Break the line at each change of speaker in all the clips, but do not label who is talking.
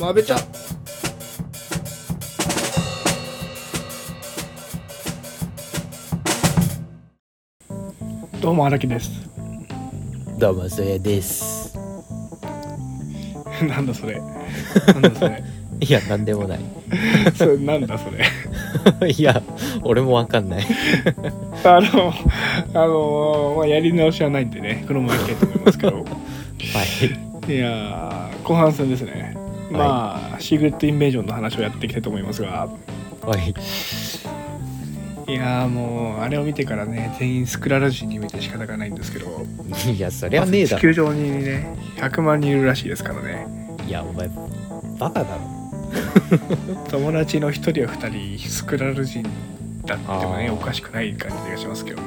まべちゃ
どうも荒木です
どうもそやです
なんだそれなんだそれ
いやなんでもない
それなんだそれ
いや俺もわかんない
あのあのまあやり直しはないんでねこのままいきたいと思いますけ ど
はい
やー後半戦ですねまあ、シークレットインベージョンの話をやっていきたいと思いますが
い
いやーもうあれを見てからね全員スクララジーに見て仕方がないんですけど
はいいやそりゃねえだ
地球上にね100万人いるらしいですからね
ろいやお前バカだろ
友達の1人や2人スクラル人だってもね
あー
おかしくない感じがしますけどね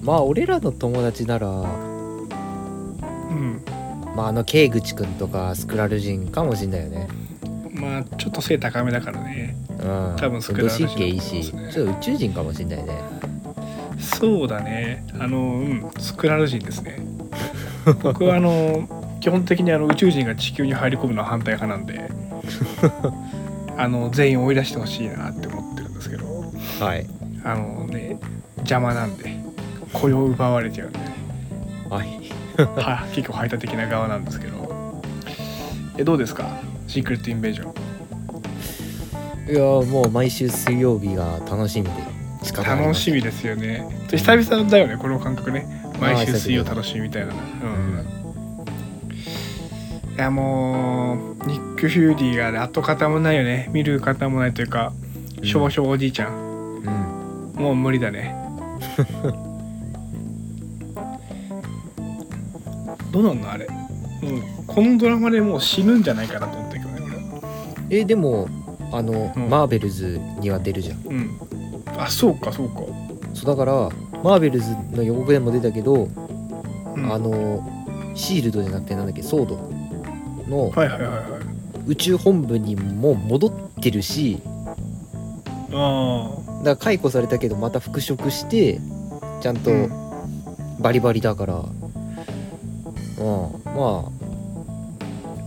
まあ俺らの友達ならま
うん
ああのケイグチくんとかスクラル人かもしんないよね
まあちょっと背高めだからね
うん
多分スクラル人
運動神経いいし
だと思いますね
ちょっと宇宙人かもしんないね
そうだねあのうんスクラル人ですね僕はあの基本的にあの宇宙人が地球に入り込むのは反対派なんであの全員追い出してほしいなって思ってるんですけど
はい
あのね邪魔なんで雇用奪われちゃうんでね
はい
は結構排他的な側なんですけどえどうですかシークレットインベージョン
いやもう毎週水曜日が楽しみで仕方ない
楽しみですよね久々だよねこの感覚ね毎週水曜楽しみみたいなうんいやもうニック・フューディーがね跡形もないよね見る方もないというか
うん
少々おじいちゃん、
うん
もう無理だ ねどうなんのあれもうこのドラマでもう死ぬんじゃないかなと思ってるけどね俺は
えでもあの、
うん
マーベルズには出るじゃん
うん、あそうかそうか、
そうだからマーベルズの予告でも出たけ
う
ど、
ん
あのシールドじゃなくてなんだっけソードの
はいはいはいはい
宇宙本部にも戻ってるし
あ
だから解雇されたけどまた復職してちゃん
あ
と
うん
バリバリだから、うん、まあ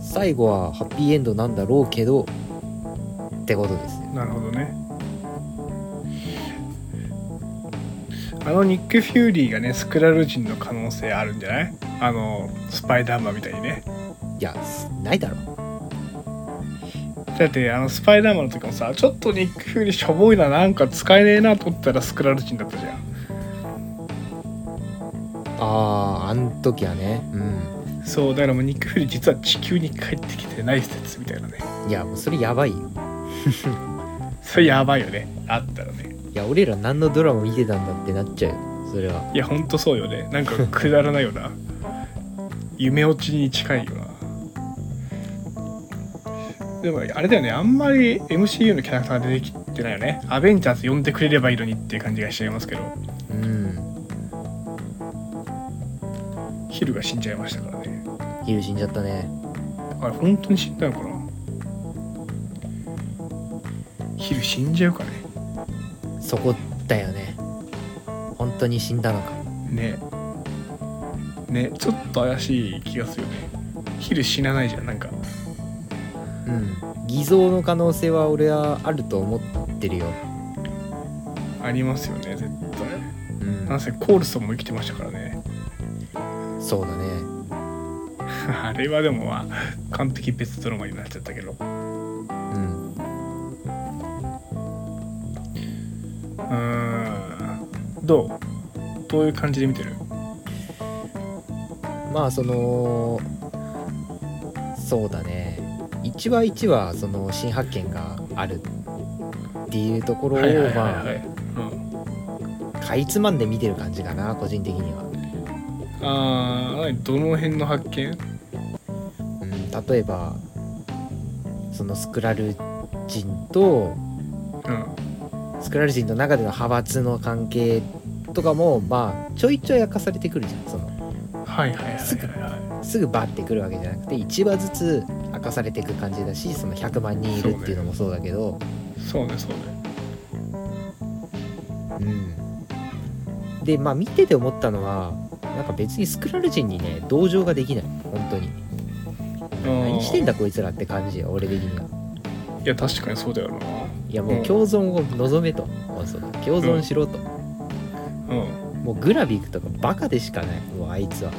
最後はハッピーエンドなんだろうけどってことですね
なるほどねあのニック・フューリーがねスクラル人の可能性あるんじゃないあのスパイダーマンみたいにね
いやないだろ
だってあのスパイダーマンの時もさちょっとニック・フューリーしょぼいななんか使えねえなと思ったらスクラル人だったじゃん
あああん時はねう
そうだからもうニック・フューリー実は地球に帰ってきてない説みたいなね
んいやもうそれやばいよ
それやばいよねあったらね
いや俺ら何のドラマ見てたんだってなっちゃうよそれはい
やほんとそうよねなんかくだらないよな夢落ちに近いよなでもあれだよねあんまり MCU のキャラクターが出てきてないよねアベンジャーズ呼んでくれればいいのにっていう感じがしちゃいますけど
うん
ヒルが死んじゃいましたからね
ヒル死んじゃったね
あれ本当に死んだのかなヒル死んじゃうかね
そこだよね本当に死んだのか
ねねちょっと怪しい気がするよねヒル死なないじゃんなんか
うん偽造の可能性は俺はあると思ってるよ
ありますよね絶対
うん
なんせコールソンも生きてましたからね
そうだね
あれはでもまあ完璧別ドラマになっちゃったけどう
うん
ーんどうどういう感じで見てる
まあそのそうだね一話一話その新発見があるっていうところを
はいはいはい
ま
はい、うん、
あかいつまんで見てる感じかな個人的には、
あー何どの辺の発見
うん、例えばそのスクラル人と
うん
スクラル人の中での派閥の関係とかもまあちょいちょい明かされてくるじゃんその
はいはいはいは
すぐバッてくるわけじゃなくて1話ずつ明かされていく感じだしその100万人いるっていうのもそうだけど
いそうねそうね
うんでまあ見てて思ったのはなんか別にスクラル人にね同情ができない本当に
うん
何してんだこいつらって感じよ俺的にはい
や確かにそうだよない
やもう共存を望めと、もうその共存しろと、
うん
もうグラビックとかバカでしかないもうあい つは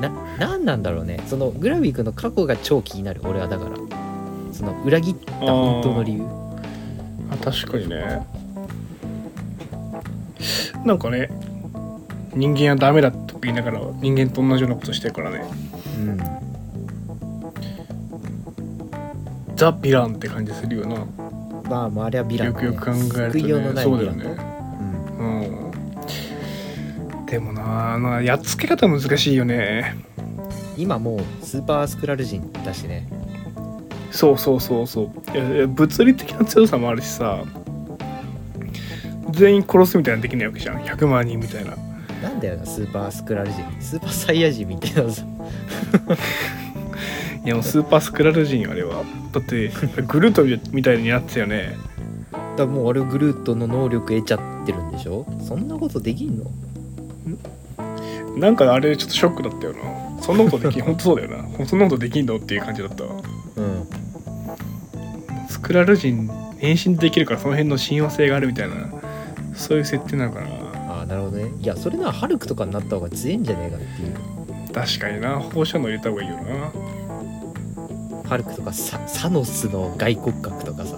ななんなんだろうねそのグラビックの過去が超気になる俺はだからその裏切った本当の理由
あ確かにねなんかね人間はダメだとか言いながら人間と同じようなことしてるからね
うん
ザ・ヴィランって感じするよな
まあまああれはヴィラン
よ
だ
く
ね、
よく考えると
救いようの
ね
ない
そう
ヴ
だ
ィ
よ
ランだ
ね
うん
うんでもなあのやっつけ方難しいよね
今もうスーパースクラル人だしね
そうそうそうそういやいや物理的な強さもあるしさ全員殺すみたいなのできないわけじゃん100万人みたいな
なんだよなスーパースクラル人スーパーサイヤ人みたいなさ
いやもうスーパースクラル人あれはだってグルートみたいになってたよね
だからもうあれグルートの能力得ちゃってるんでしょそんなことできんの
なんかあれちょっとショックだったよなそんなこと できん本当そうだよなそんなことできんのっていう感じだったわ
うん
スクラル人変身できるからその辺の親和性があるみたいなそういう設定なのかな
ああなるほどねいやそれならハルクとかになった方が強いんじゃねえかっていう
確かにな放射能入れた方がいいよな
ハルクとかササノスの外骨格とかさ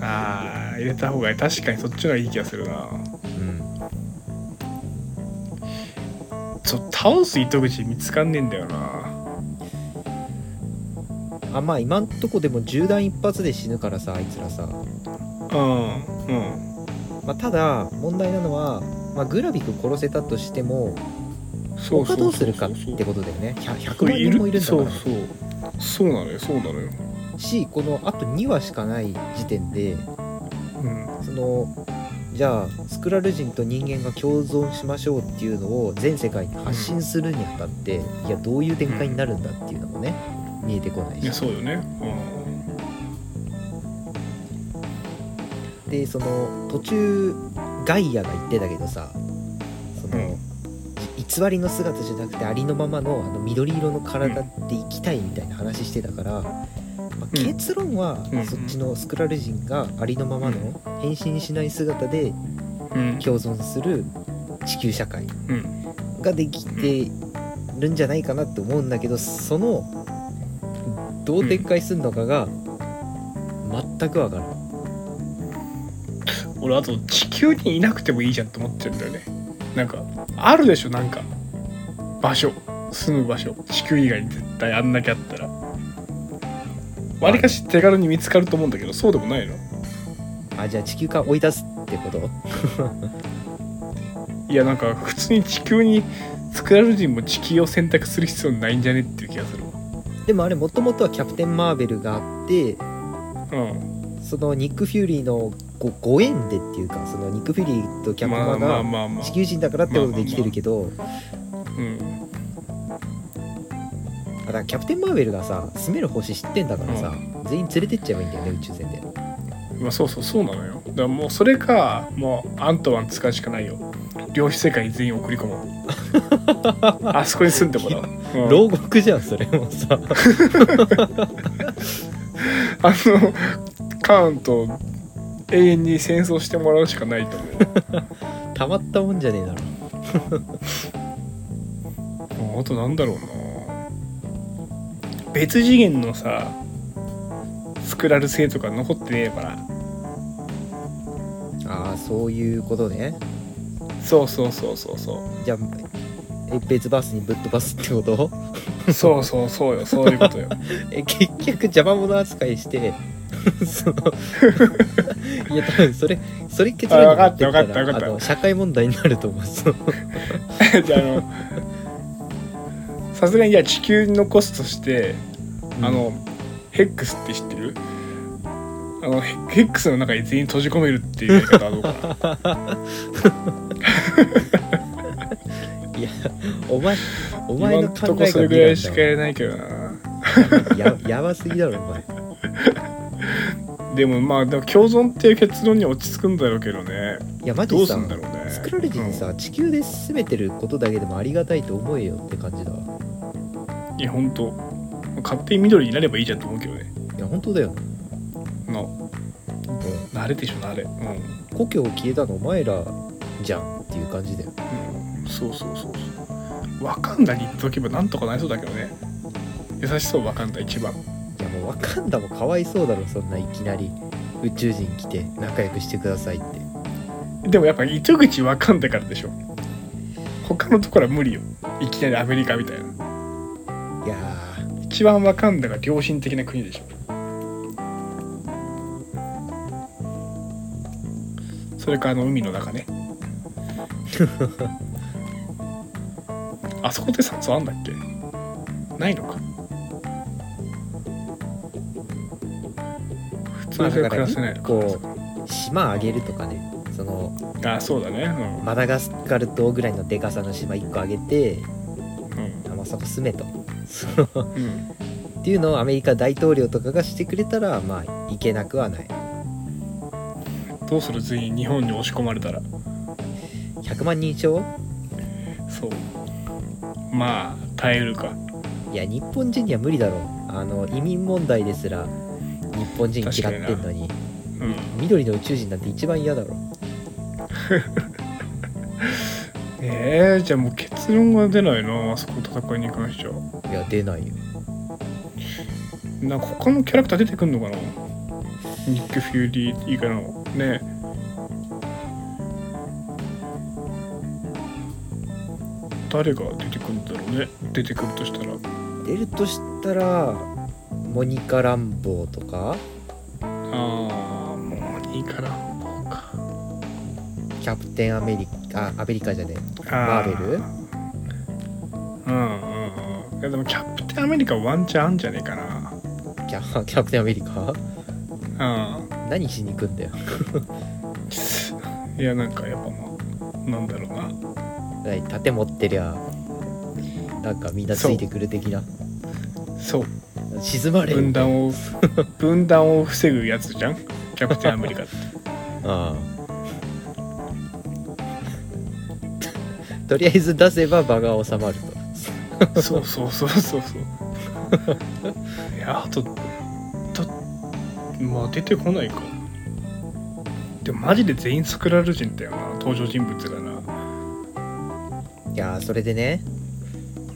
あー入れた方がいい確かにそっちの方がいい気がするな
うん
ちょ倒す糸口見つかんねえんだよな
あまあ今んとこでも銃弾一発で死ぬからさあいつらさ、
うんうん
まあ、ただ問題なのは、まあ、グラビク殺せたとしても
そ
他どうするかってことだよね 100, 100万人もいるんだか
そ
ら
うそうそうなのよそうなのよ
しこのあと2話しかない時点で
うん
そのじゃあスクラル人と人間が共存しましょうっていうのを全世界に発信するにあたって、いやどういう展開になるんだっていうのもね見えてこない
いや
し
そうよね
でその途中ガイアが言ってたけどさその、
うん
偽りの姿じゃなくてありのままのあの緑色の体で生きたいみたいな話してたから、まあ
うん
結論は、
うん
そっちのスクラル人がありのままの変身しない姿で
うん
共存する地球社会
うん
ができてるんじゃないかなって思うんだけどそのどう展開するのかが全くわからん、
俺あと地球にいなくてもいいじゃんって思ってるんだよねなんかあるでしょなんか場所住む場所地球以外に絶対あんだけあったらわりかし手軽に見つかると思うんだけどそうでもないの
あじゃあ地球から追い出すってこと
いやなんか普通に地球に作られる人も地球を選択する必要ないんじゃねっていう気がするわ
でもあれもともとはキャプテン・マーベルがあって
うん
そのニック・フューリーのごご縁でっていうかそのニック・フューリーとキャプ
ま
マ
あまあ
が
まあまあ
地球人だからってことで生きてるけど
うん
だからキャプテン・マーベルがさ住める星知ってんだからさ、全員連れてっちゃえばいいんだよね宇宙船で
まあそうそうそうなのよだからもうそれかもうアントワン使うしかないよ量子世界に全員送り込もう あそこに住んでもらおう、うん
牢獄じゃんそれもさ
あのカーンと永遠に戦争してもらうしかないと思
たまったもんじゃねえだろ
うあとなんだろうな別次元のさ作られる性とか残ってねえから
ああそういうことね
そうそうそうそうそう
じゃあえ別バースにぶっ飛ばすってこと
そうそうそうよそういうこと よ
え結局邪魔者扱いして その いや多分それそれ結論になって
あ分かった分かった分かった
あの社会問題になると思うその
じゃああのさすがにじゃあ地球に残すとして、あのヘックスって知ってるあのヘヘックスの中に全員閉じ込めるっていうやり方はどうかな
いやお前 お前
今
の
ん
考
とこ
え
そ
が
れ
見
ぐら
え
いしか
ない
やれないけどな
ややばすぎだろお前
でもまあでも共存っていう結論に落ち着くんだろうけどね
いやマ
ど
ジ
う
ですさ
んだろうね
スクラル人さ、地球で攻めてることだけでもありがたいと思えよって感じだわ
うんいや本当勝手に緑になればいいじゃんと思うけどね
いや本当だよ、ね
の慣れでしょ慣れうん、
故郷消えたのお前らじゃんっていう感じだよ
うん、そうそうそうそうわかんだに言っとけばなんとかなりそうだけどね優しそうわかんだ一番
いやもうワカンダもかわいそうだろそんないきなり宇宙人来て仲良くしてくださいって
でもやっぱ糸口わかんだからでしょ他のところは無理よいきなりアメリカみたいない
や
一番わかんだが良心的な国でしょそれかあの海の中ねあそこって酸素あんだっけないのか普通じゃ暮らせないのか、
まあだー島あげるとかねその
あそうだねうん
マダガスカル島ぐらいのでかさの島1個あげて
うん
あまあそこ住めとそう
うん
っていうのをアメリカ大統領とかがしてくれたらまあいけなくはない
どうする全員日本に押し込まれたら
100万人以上
そうまあ耐えるか
いや日本人には無理だろあの移民問題ですら日本人嫌ってんのに
うん
緑の宇宙人なんて一番嫌だろ
えー、じゃあもう結論が出ないなあそこ戦いに関してはい
や出ないよ
なんか他のキャラクター出てくんのかなニック・フューリー以外のね誰が出てくるんだろうね出てくるとしたら
出るとしたらモニカ・ランボーとか
ああもういいからもうか
キャプテンアメリカあアメリカじゃねえ
あ
マーベル
うんうんうんいやでもキャプテンアメリカワンチャンあんじゃねえかな
キャ キャプテンアメリカ
うん
何しに行くんだよ
いやなんかやっぱまあなんだろうな
何盾持ってりゃなんかみんなついてくる的な
そう
沈まれ
分
よ
断を分断を防ぐやつじゃんキャプテンアメリカって
あ あとりあえず出せば場が収まる と
そうそうそうそうそういやあとだまあ出てこないかでもマジで全員スクラル人だよな登場人物がない
やーそれでね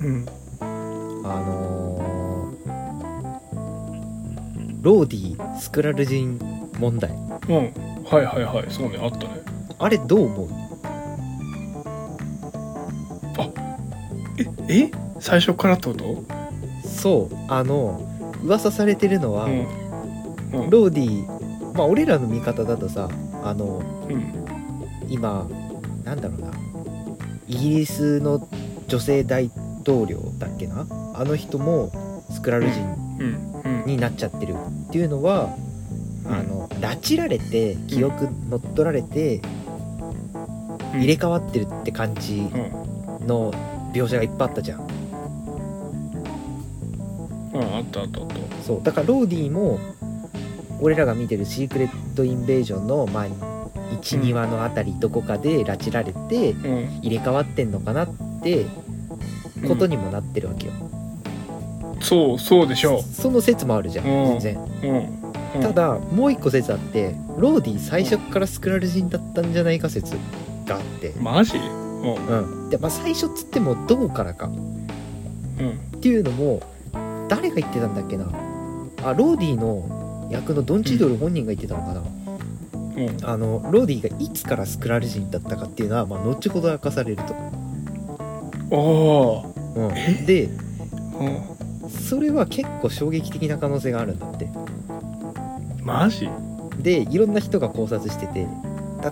うん
あのーローディースクラル人問題
うんはいはいはいそうねあったね
あれどう思う
ええ最初からってこと
そうあの噂されてるのは、
うんうん
ローディーまあ俺らの味方だとさあの
うん
今なんだろうなイギリスの女性大統領だっけなあの人もスクラル人
うんうん
になっちゃってるっていうのは、
うん
あの拉致られて記憶乗っ取られて入れ替わってるって感じ
うん
の描写がいっぱいあったじゃん
うんあったあったあった
そうだからローディも俺らが見てる「シークレット・インベージョン」の前に
うん
12話のあたりどこかで拉致られて
うん
入れ替わってんのかなって
うん
ことにもなってるわけよ、
そうそうでしょ
その説もあるじゃん
うん
全然
う、うん、うん
ただもう一個説あってローディ最初からスクラル人だったんじゃないか説があって
マジうん
うんでまあ最初っつってもどこからか
うん
っていうのも誰が言ってたんだっけなあローディの役のドン・チドル本人が言ってたのかな、
うん
あのローディがいつからスクラル人だったかっていうのは、まあ、後ほど明かされると、
おー
うん
え
で
う
それは結構衝撃的な可能性があるんだって
んマジ
でいろんな人が考察してて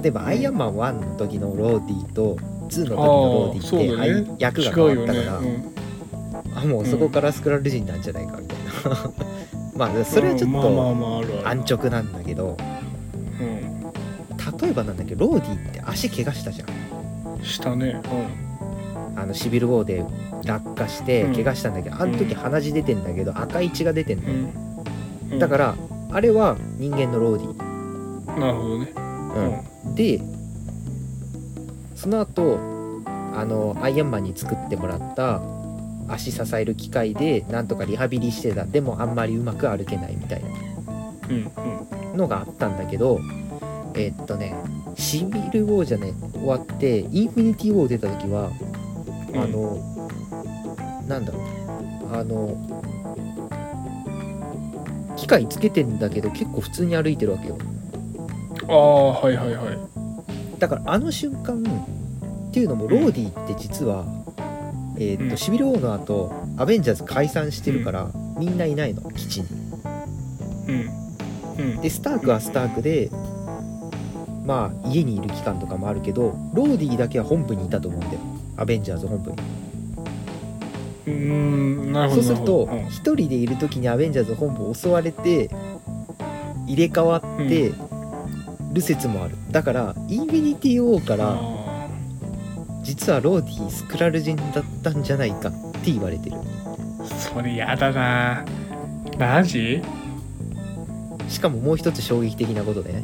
例えば「アイアンマン1」の時のローディと2の時のローディって
あーそうだね
はい役
違
が
う
変わっ
よ
た
ね
から、あもうそこからスクラル人なんじゃないかみたいなまあそれはちょっ
うんまあ
と
まあまああるある
安直なんだけど
うん
例えばなんだけどローディって足怪我したじゃん
したね
あのシビルウォーで落下して
うん
怪我したんだけど、あの
う
時
ん
鼻血出てんだけど赤い血が出てん
う
の、
んうん
だからあれは人間のローディ
らなるほどね
ー、うんでその後あのアイアンマンに作ってもらった足支える機械でなんとかリハビリしてたでもあんまりうまく歩けないみたいな
うんうん
のがあったんだけどえっとねシビル・ウォーじゃね終わってインフィニティ・ウォー出た時は
うん
あの、なんだろうあの機械つけてんだけど結構普通に歩いてるわけよ
ああはいはいはい
だからあの瞬間っていうのもローディって実は、えーっと
うん
シビル王の後アベンジャーズ解散してるから、みんないないの基地に
うんうん
でスタークはスタークでまあ家にいる期間とかもあるけどローディだけは本部にいたと思うんだよアベンジャーズ本部に
うーんなるほ
そ
ど
うすると
なるほど
一人でいる時にアベンジャーズ本部を襲われて入れ替わってる説もあるだからインフィニティ・ウォーか
うん
ら
あ
実はローディスクラル人だったんじゃないかって言われてる
ーそれやだなマジ
しかももう一つ衝撃的なことね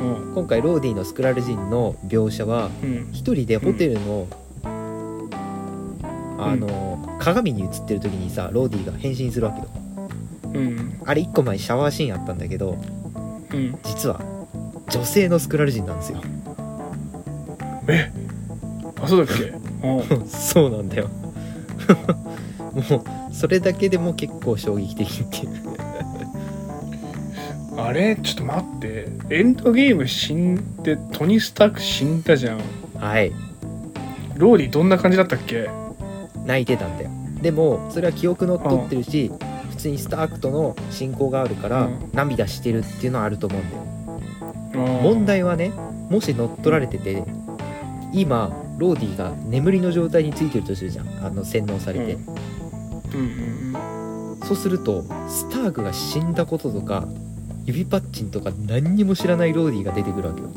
うん
今回ローディのスクラル人の描写は
うん
一人でホテルの、あの鏡に映ってる時にさローディが変身するわけよ
うん
あれ1個前にシャワーシーンあったんだけど
うん
実は女性のスクラル人なんですよ
えあそうだっけうん
そうなんだよ もうそれだけでも結構衝撃的っていう
あれちょっと待ってエンドゲーム死んでトニー・スターク死んだじゃん
はい
ローリーどんな感じだったっけ
泣いてたんだよでもそれは記憶のっとってるし普通にスタークとの親交があるから
うん
涙してるっていうのはあると思うんだよ問
問
題はねもし乗っ取られてて今ローディが眠りの状態についてるとするじゃんあの洗脳されて、
うんうん
そうするとスタークが死んだこととか指パッチンとか何にも知らないローディが出てくるわけよ、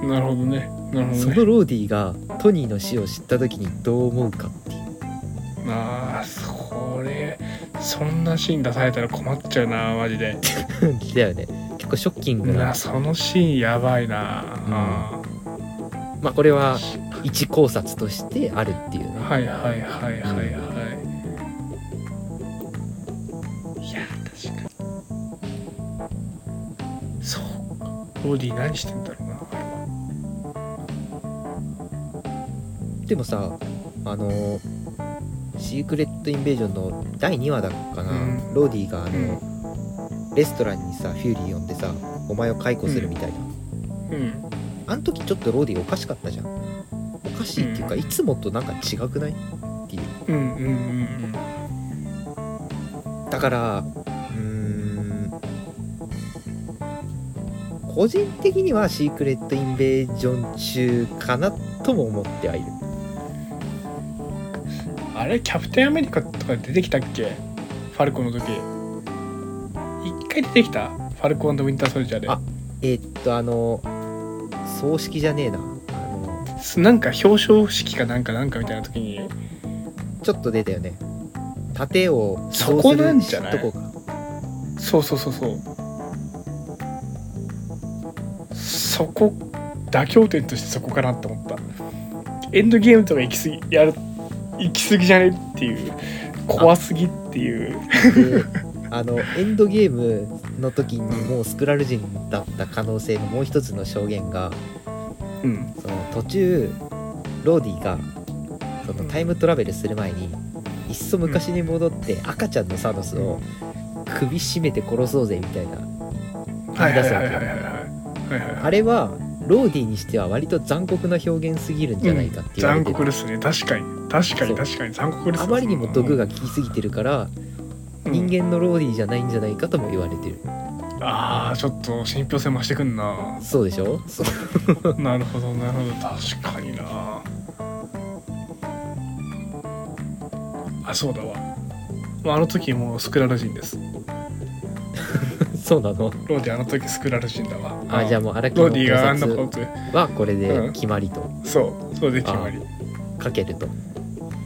うんなるほどねなるほど
そ
ね
のローディがトニーの死を知った時にどう思うかっていう
ああそれそんなシーン出されたら困っちゃうなマジで
だよね結構ショッキング
な
な
そのシーンやばいな、
まあこれは
うん
一考察としてあるっていうね
はいはいはいはいはい。いや、確かに。そう。ロディ何してんだろうな。
でもさあのーシークレット・インベージョンの第2話だっかな、
うん
ローディがあ
う
の、レストランにさフューリー呼んでさお前を解雇するみたいな、
うん。
あの時ちょっとローディおかしかったじゃんおかしいっていうか、
うん
いつもとなんか違くないっていう
うんうんうん
だからうーん個人的にはシークレット・インベージョン中かなとも思ってはいる
うん。あれ、キャプテンアメリカとか出てきたっけファルコンの時。一回出てきたファルコンウィンターソルジャーで。
あえーっとあの葬式じゃねえなあの
なんか表彰式かなんかなんかみたいな時に。
ちょっと出たよね盾を
そこなんじゃない
どこか
そうそうそうそうそこ妥協点としてそこかなと思ったエンドゲームとか行き過ぎやる行き過ぎじゃねっていう怖すぎっていう
であのエンドゲームの時にもうスクラル人だった可能性のもう一つの証言が
うん
その途中ローディがそのタイムトラベルする前にいっそ昔に戻って赤ちゃんのサノスを首絞めて殺そうぜみたいな
はいはい
出す
は
わ
い
け
はいはいはいはいはい
あれはローディにしては割と残酷な表現すぎるんじゃないかって言われ
残
てる
酷ですね確かに確か
そう
に確かに残酷ですよ
あまりにも毒が効きすぎてるから
うん
人間のローディじゃないんじゃないかとも言われてる
ああちょっと信憑性増してくんな
そうでしょそう
なるほどなるほど確かになあそうだわまああの時もうスクラル人です
そうなの
ローディあの時スクラル人だわ
あじゃあもう荒木
ロ
の
ーディがあんなこ
考
と
察はこれで決まりと
そうそうで決まり
かけると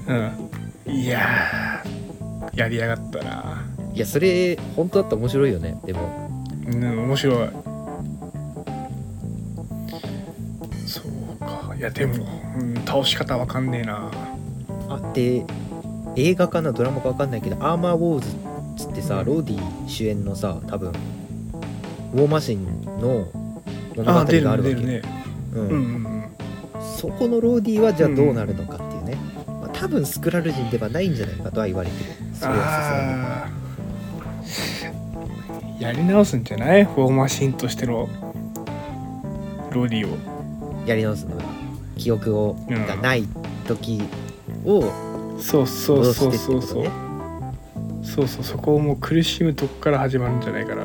うんいやーやりやがったない
やそれ本当だったら面白いよねでも
うん面白いそうかいやでも、うん、倒し方わかんねえな
あで映画かなドラマか分かんないけど「アーマーウォーズ」っつってさ、
うん
ローディ主演のさ多分ウォーマシンの物語があ
あ出
るわ
る
け
ね出る
よ、
ね
う
うんんうん
そこのローディはじゃあどうなるのかっていうね、まあ、多分スクラル人ではないんじゃないかとは言われてるそれはさすがに
あーやり直すんじゃないフォーマシンとしてのロディを
やり直すのが記憶を
うん
がない時を
そうそう
戻
そ
し
う
てって
そう
こ
そ
と
う
ね
そうそうそこをもう苦しむとこから始まるんじゃないかな
う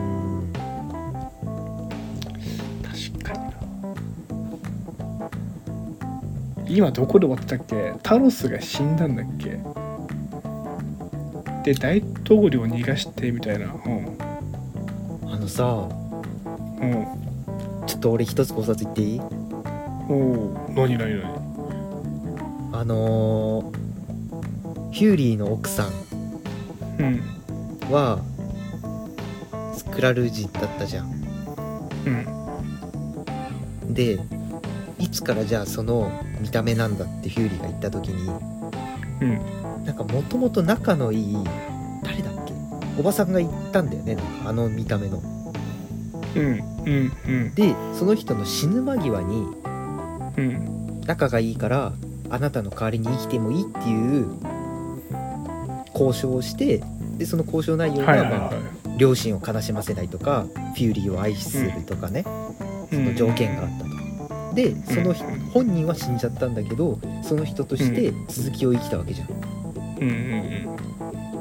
ん
確かに今どこで終わったっけタロスが死んだんだっけで大統領逃がしてみたいなうん
あのさ
うん
ちょっと俺一つ考察言っていい
おお何何何
あのーヒューリーの奥さん
うん
はスクラル人だったじゃん
うん
でいつからじゃあその見た目なんだってヒューリーが言った時に
うん
なんかもともと仲のいい誰だっけおばさんが言ったんだよねなんかあの見た目の
うんうんうん
でその人の死ぬ間際に
うん
仲がいいからあなたの代わりに生きてもいいっていう交渉をしてでその交渉内容
はい
が、
はい
まあ
は
両親を悲しませないとかフューリーを愛するとかね、
い
その条件があったと。でその人
うん
本人は死んじゃったんだけどその人として続きを生きたわけじゃん。
うんう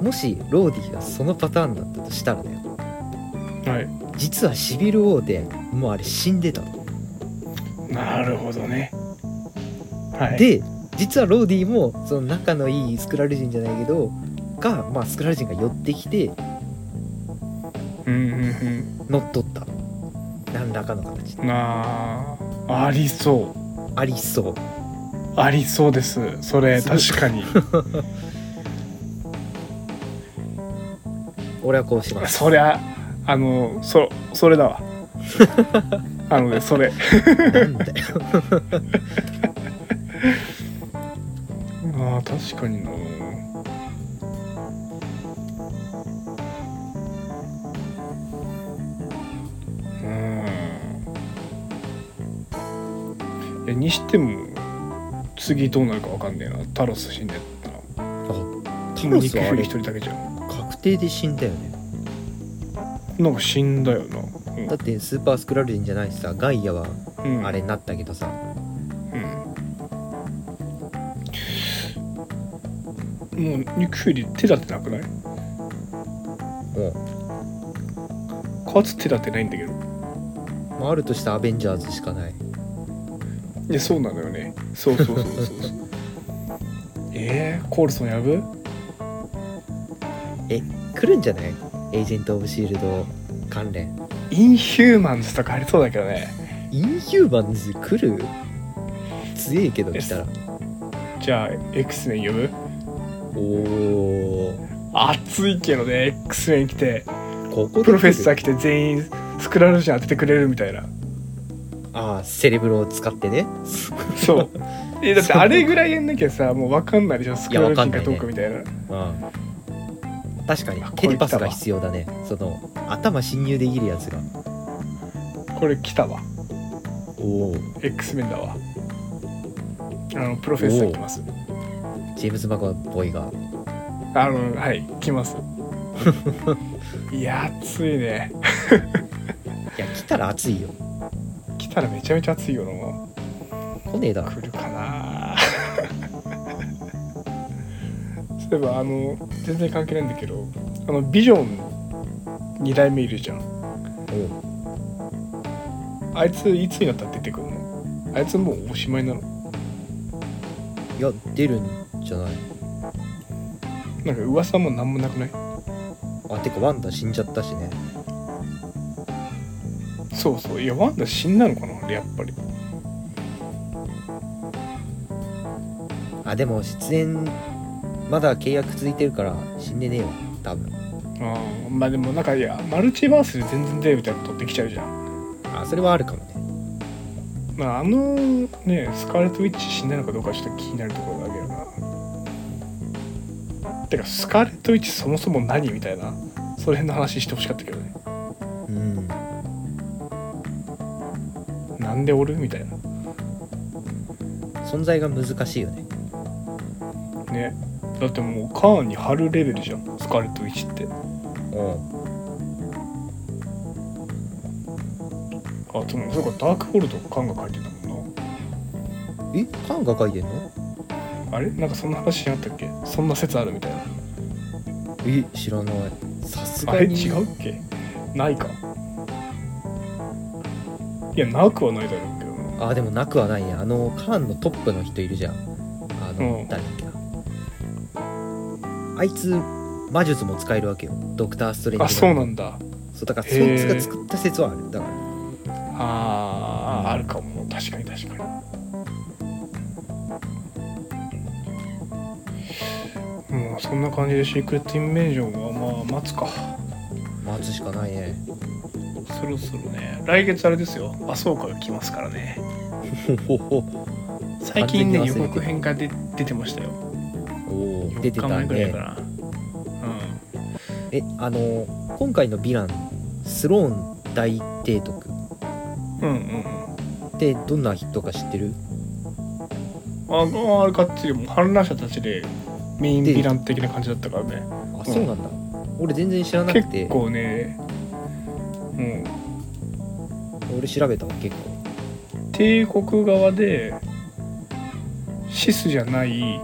ん
もしローディがそのパターンだったとしたらだ
う
よ
んはい
実はシビル王でもうあれ死んでたの。
なるほどねはい
で実はローディもその仲のいいスクラル人じゃないけどが、まあ、スクラル人が寄ってきて
うんうん
乗っ取った何らかの形で
うんなあありそう
ありそう
ありそうですそれ
すごい
確か に
俺はこう します
そりゃあのそそれだ わあのねそれ
なんだよ
あー確かになうんいやにしても次どうなるかわかんねえなタロス死んでったら
タロスはあ
一
れ
人だけじゃん
確定で死んだよね
なんか死んだよな、
だってスーパースクラル人じゃないしさガイアは
うんうん
あれになったけどさ、
うんもう肉より手立てなくない
も
かつ手立てないんだけど
う、まあ、あるとしたらアベンジャーズしかない
いやそうなのよねそうそうそう そうそうえー、コールソンやぶ
来るんじゃないエージェント・オブ・シールド関連
インヒューマンズとかありそうだけどね
インヒューマンズ来る強いけど来たら
じゃあ X メン呼ぶ
おお
熱いけどね X メン来て
ここで来る
プロフェッサー来て全員スクラルジャン当ててくれるみたいな
ああセレブロを使っ てね
そうえだってあれぐらいやんなきゃさもう分かんないでしょスクラルジャンかどうか
い
みたいな
うん確かに
あ
テレパスが必要だねその頭侵入できるやつが
これ来たわ
おお
X メンだわあのプロフェッサー来ます
ジェームズ・マコボイが
あのはい来 ますいや暑いね
いや来たら熱いよ
来たらめちゃめちゃ暑いよな
来ねえだろ
来るかな そういえばあの全然関係ないんだけどあのビジョン2代目いるじゃん
おう
あいついつになったら出てくるのあいつもうおしまいなの
いや出るんじゃない
なんか噂もなんもなくない
あてかワンダ死んじゃったしね
そうそういやワンダ死んだのかなやっぱり
あでも出演まだ契約続いてるから死んでねえよ多分
うんまあでもなんかいやマルチバースで全然出るみたいなことできちゃうじゃん
あそれはあるかもね
まあ、あのねスカーレット・ウィッチ死んだのかどうかちょっと気になるところだけどなてかスカーレット・ウィッチそもそも何みたいなその辺の話してほしかったけどね
うん
なんでおるみたいな
存在が難しいよね
ねだってもうカーンに貼るレベルじゃんスカーレット・ウィッチって
う
あでもそうかダークホールドカーンが書いてたもん
んえカンが書いてんの
なあれなんかそんな話になったっけそんな説あるみたいな
え知らないさす
あ
が
れ
に
違うっけないかいやなくはないだろうけどな
あでもなくはないねあのカーンのトップの人いるじゃんあの、
うん
誰だっけなあいつ魔術も使えるわけよドクター・ストレンジ
あそうなんんだ
そうだからそ
へー
いつが作った説はあるだから
あーあるかも確かに確かにもうそんな感じでシークレットインベージョンはまあ待つか
待つしかないね
そろそろね来月あれですよあそうかが来ますからね
ほほほ
最近ね
完
予
全に忘れ
告
てた
編が出出てましたよ
おー出て
4日
た
前ぐらい
ね
かな、
えあの今回のヴィランスローン大提督
うん、うんうん
ってどんな人か知ってる
うんああれかっちりもう反乱者たちでメインヴィラン的な感じだったからね
あそうなんだ、俺全然知らなく
結
て
構ねうん
俺調べたわ結構
帝国側でシスじゃない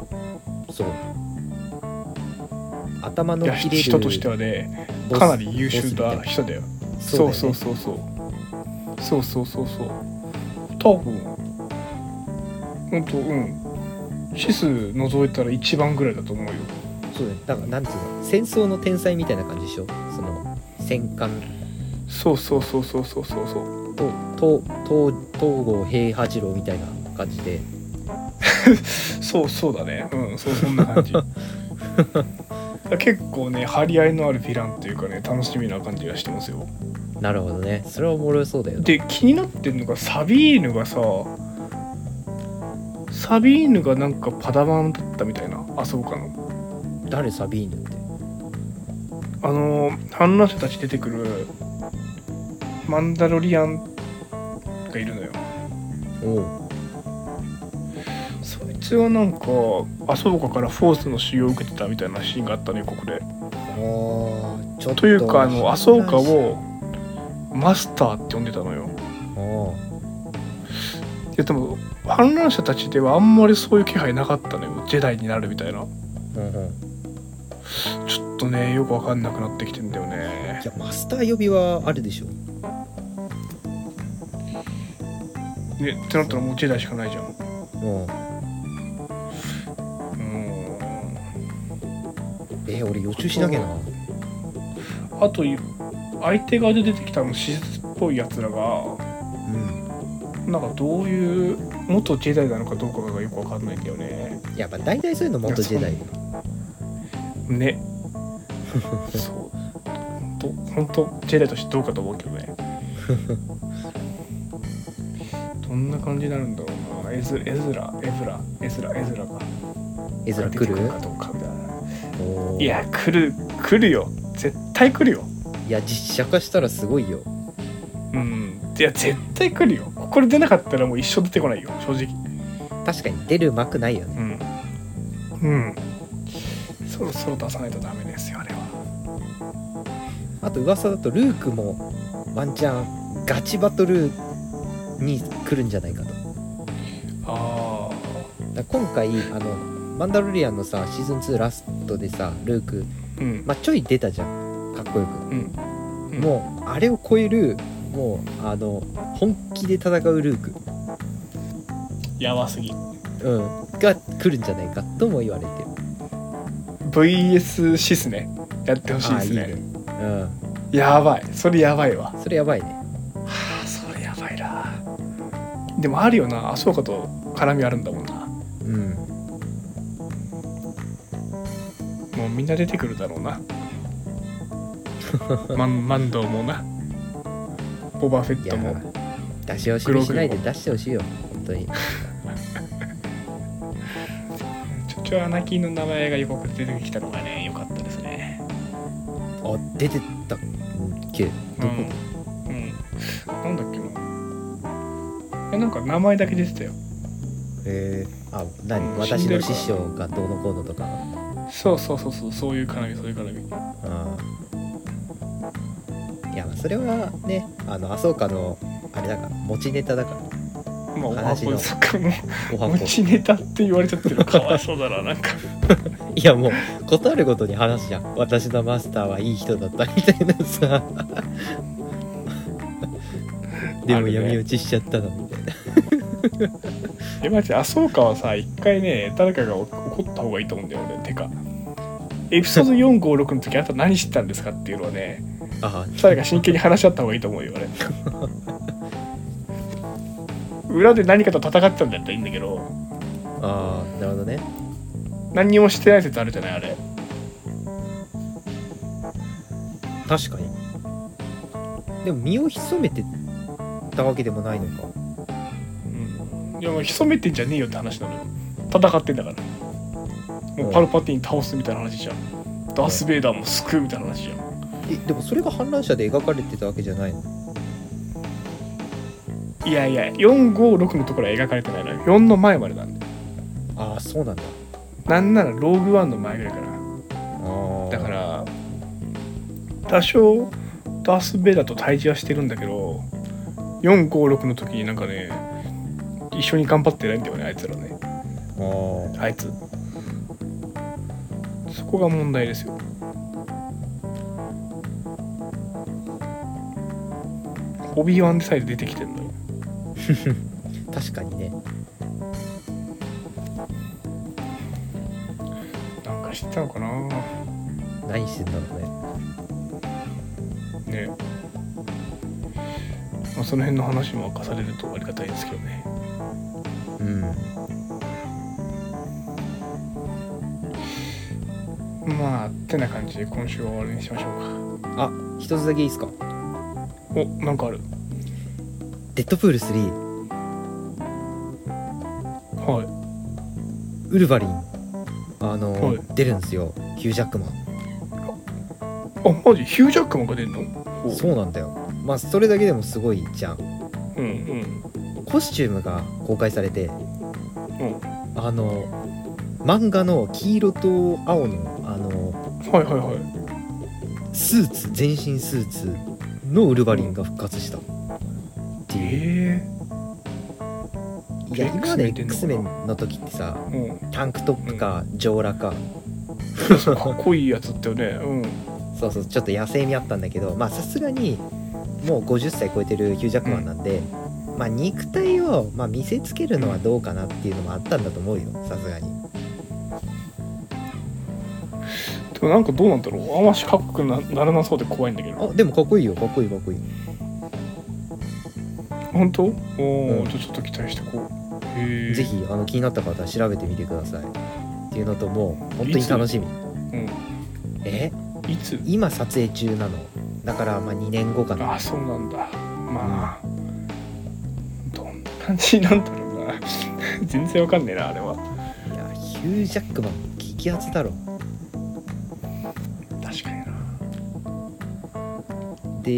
そう頭の
いや
切れる
人としてはねかなり優秀な人だよ
そ
そううそう
そ
そうそうそうそうそうそう多分ほんとうんシス覗いたら一番ぐらいだと思うよ
うそうだよだからなんつうの戦争の天才みたいな感じでしょその戦艦
そうそうそうそうそうそう そう
ととと東郷平八郎みたいな感じで
そうそうだねうんそうそんな感 じだから結構ね張り合いのあるヴィランっていうかね楽しみな感じがしてますよ
なるほどねそれはおもろそうだよね
で気になってんのがサビーヌがさサビーヌがなんかパダマンだったみたいなあそうかな
誰サビーヌって
あの反乱者たち出てくるマンダロリアンがいるのよ
おう
そいつはなんかアソーカからフォースの使用を受けてたみたいなシーンがあったねここで
あーちょっと
というかあのアソーカをマスターって呼んでたのよ
おう
いやでも反乱者たちではあんまりそういう気配なかったのよジェダイになるみたいな
うんうん
ちょっとねよくわかんなくなってきてんだよね
いやマスター呼びはあるでしょ
ねってなったらもうジェダイしかないじゃんう
うん
ーん
え俺予習しなきゃな
あとい相手側で出てきたあの史実っぽいやつらが
うん
なんかどういう元ジェダイなのかどうかがよくわかんないんだよね
やっぱ大体そういうの元時代
いや ねそうほんとほんとジェダイとしてどうかと思うけど ねどんな感じになるんだろうなエズエズラエズラエズラエズラか
絵
出て
面来
くる
る
かどうかみたいな
おー
いや来る来るよ絶対来るよ
いや実写化したらすごいよ
うんいや絶対来るよここで出なかったらもう一生出てこないよ正直
確かに出る幕ないよね
うんうんそろそろ出さないとダメですよあれは
あと噂だとルークもワンチャンガチバトルに来るんじゃないかとだか
あ
ら今回あのマンダロリアンのさシーズン2ラストでさルーク、
あうん
まあ、ちょい出たじゃんかっこよく
うんうん
もうあれを超えるもうあの本気で戦うルーク、
やばすぎ
うん、が来るんじゃないかとも言われてる
VS シスねやってほしいですね
あーいいね
やばいそれやばいわ
うんそれやばいね
はあそれやばいなでもあるよなあそうかと絡みあるんだもんな
うん
もうみんな出てくるだろうな マンマンドーもなボバフェッ
いや
トも
ー出し惜しみしないで出してほしいよ本当に
ちょちょアナキンの名前が予告で出てきたのがね良かったですね
あ出てたっけどこ、
うん、うん、なんだっけなえなんか名前だけ出てたよ
えー、あ何
死ん
私
で
の
るから
師匠がどうのこうのとか
そうそうそうそうそういう絡みそういう絡み
あーいやまあそれはねあのあそうかのあれだから持ちネタだから
まあおは
話
こ
の
ですかも
おは
持
こ
ちネタって言われちゃってるかわいそうだななんか
いやもうことあるごとに話じゃん私のマスターはいい人だったみたいな さで
あ
も
るね
闇落ちしちゃったのみたいな、
えマジあそうかはさ一回ね誰かがお怒った方がいいと思うんだよねてかエピソード456の時あなた何してたんですかっていうのはね
あー
誰か真剣に話し合った方がいいと思うよ俺裏で何かと戦ってたんだったらいいんだけど
あーなるほどね
何にもしてない説あるじゃないあれ
確かにでも身を潜めてたわけでもないのか
うんいやもう潜めてんじゃねえよって話なのよ戦ってんだからもうパルパティン倒すみたいな話じゃんダース・ベイダーも救うみたいな話じゃん
えでもそれが反乱者で描かれてたわけじゃないの
いやいや456のところは描かれてないのよ4の前までなんで
ああそうなんだ
なんならローグワンの前ぐらいかな
ああ
だから多少ダース・ベイダーと対峙はしてるんだけど456の時になんかね一緒に頑張ってないんだよねあいつらね
あー
あいつそこが問題ですよオビーワンでさえ出てきてんのよ
確かにね
なんか知ってたのかなね
何してんだろうね
えまあ、その辺の話も明かされるとありがたいですけどね
うん
まあってな感じで今週は終わりにしましょう
あ一つだけいいですか
かおなんかある
デッドプール3
は
ウルヴァリンあのー
は
出るんですよヒュージャックマン
いあマジヒュージャックマンが出んのお
そうなんだよまあそれだけでもすごいじゃん
うんうん
コスチュームが公開されて
うん
あの漫画の黄色と青のあの
はいはいはい
スーツ全身スーツのウルヴァリンが復活したっていう、
え
いや今まで
X
X
メ
メ
ン
ンの時ってさ
えうんか
タンクトップか上裸
っ
か、
こいいやつだったよねうん
そうそうちょっと野生味あったんだけどまあさすがにもう50歳超えてるヒュージャックマンなんで、まあ、肉体を、まあ、見せつけるのはどうかなっていうのもあったんだと思うよさすがに
でもなんかどうなんだろうあんましかっこよくなならなそうで怖いんだけど
あでもかっこいいよかっこいいかっこいい
本当おお、
うん
じゃあちょっと期待してこうへえ
ぜ、ひあの気になった方は調べてみてくださいっていうのともう本当に楽しみ
うん、
え
いつ
今撮影中なのだからまあ2年後かな
ああそうなんだまあ、どんな感じなんだろうな 全然わかんねえなあれはい
やヒュージャックマン激アツだろ
確かにな
で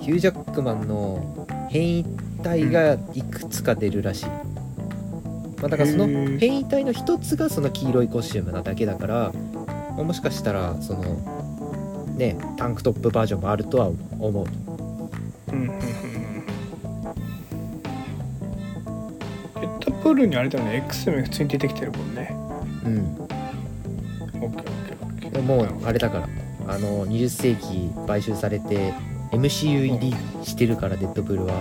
ヒュージャックマンの変異体がいくつか出るらしい、まあ、だからその
へー
変異体の一つがその黄色いコスチュームなだけだから、まあもしかしたらそのねタンクトップバージョンもあるとは思う
うんうんうんうんデッドプールにあれだよね X メン普通に出てきてるもんね
うん
オッケーオッケーオッケ
で
ー
ももうあれだからあの20世紀買収されて MCU 入りしてるからデッドプールは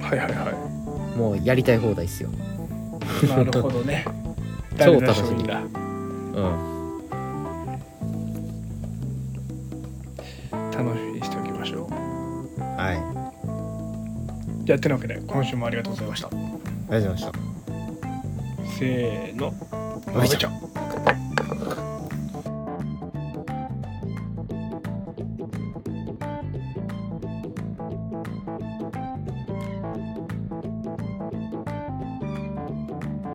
はいはいは
もうやりたい放題っすよ
いなるほどね
超
誰が
楽し
勝利
み
だ
うん
楽しみにしておきましょう
はいあ
じゃあてなわけで今週もありがとうございました
りがとうございました
せーの
まめちゃん
ん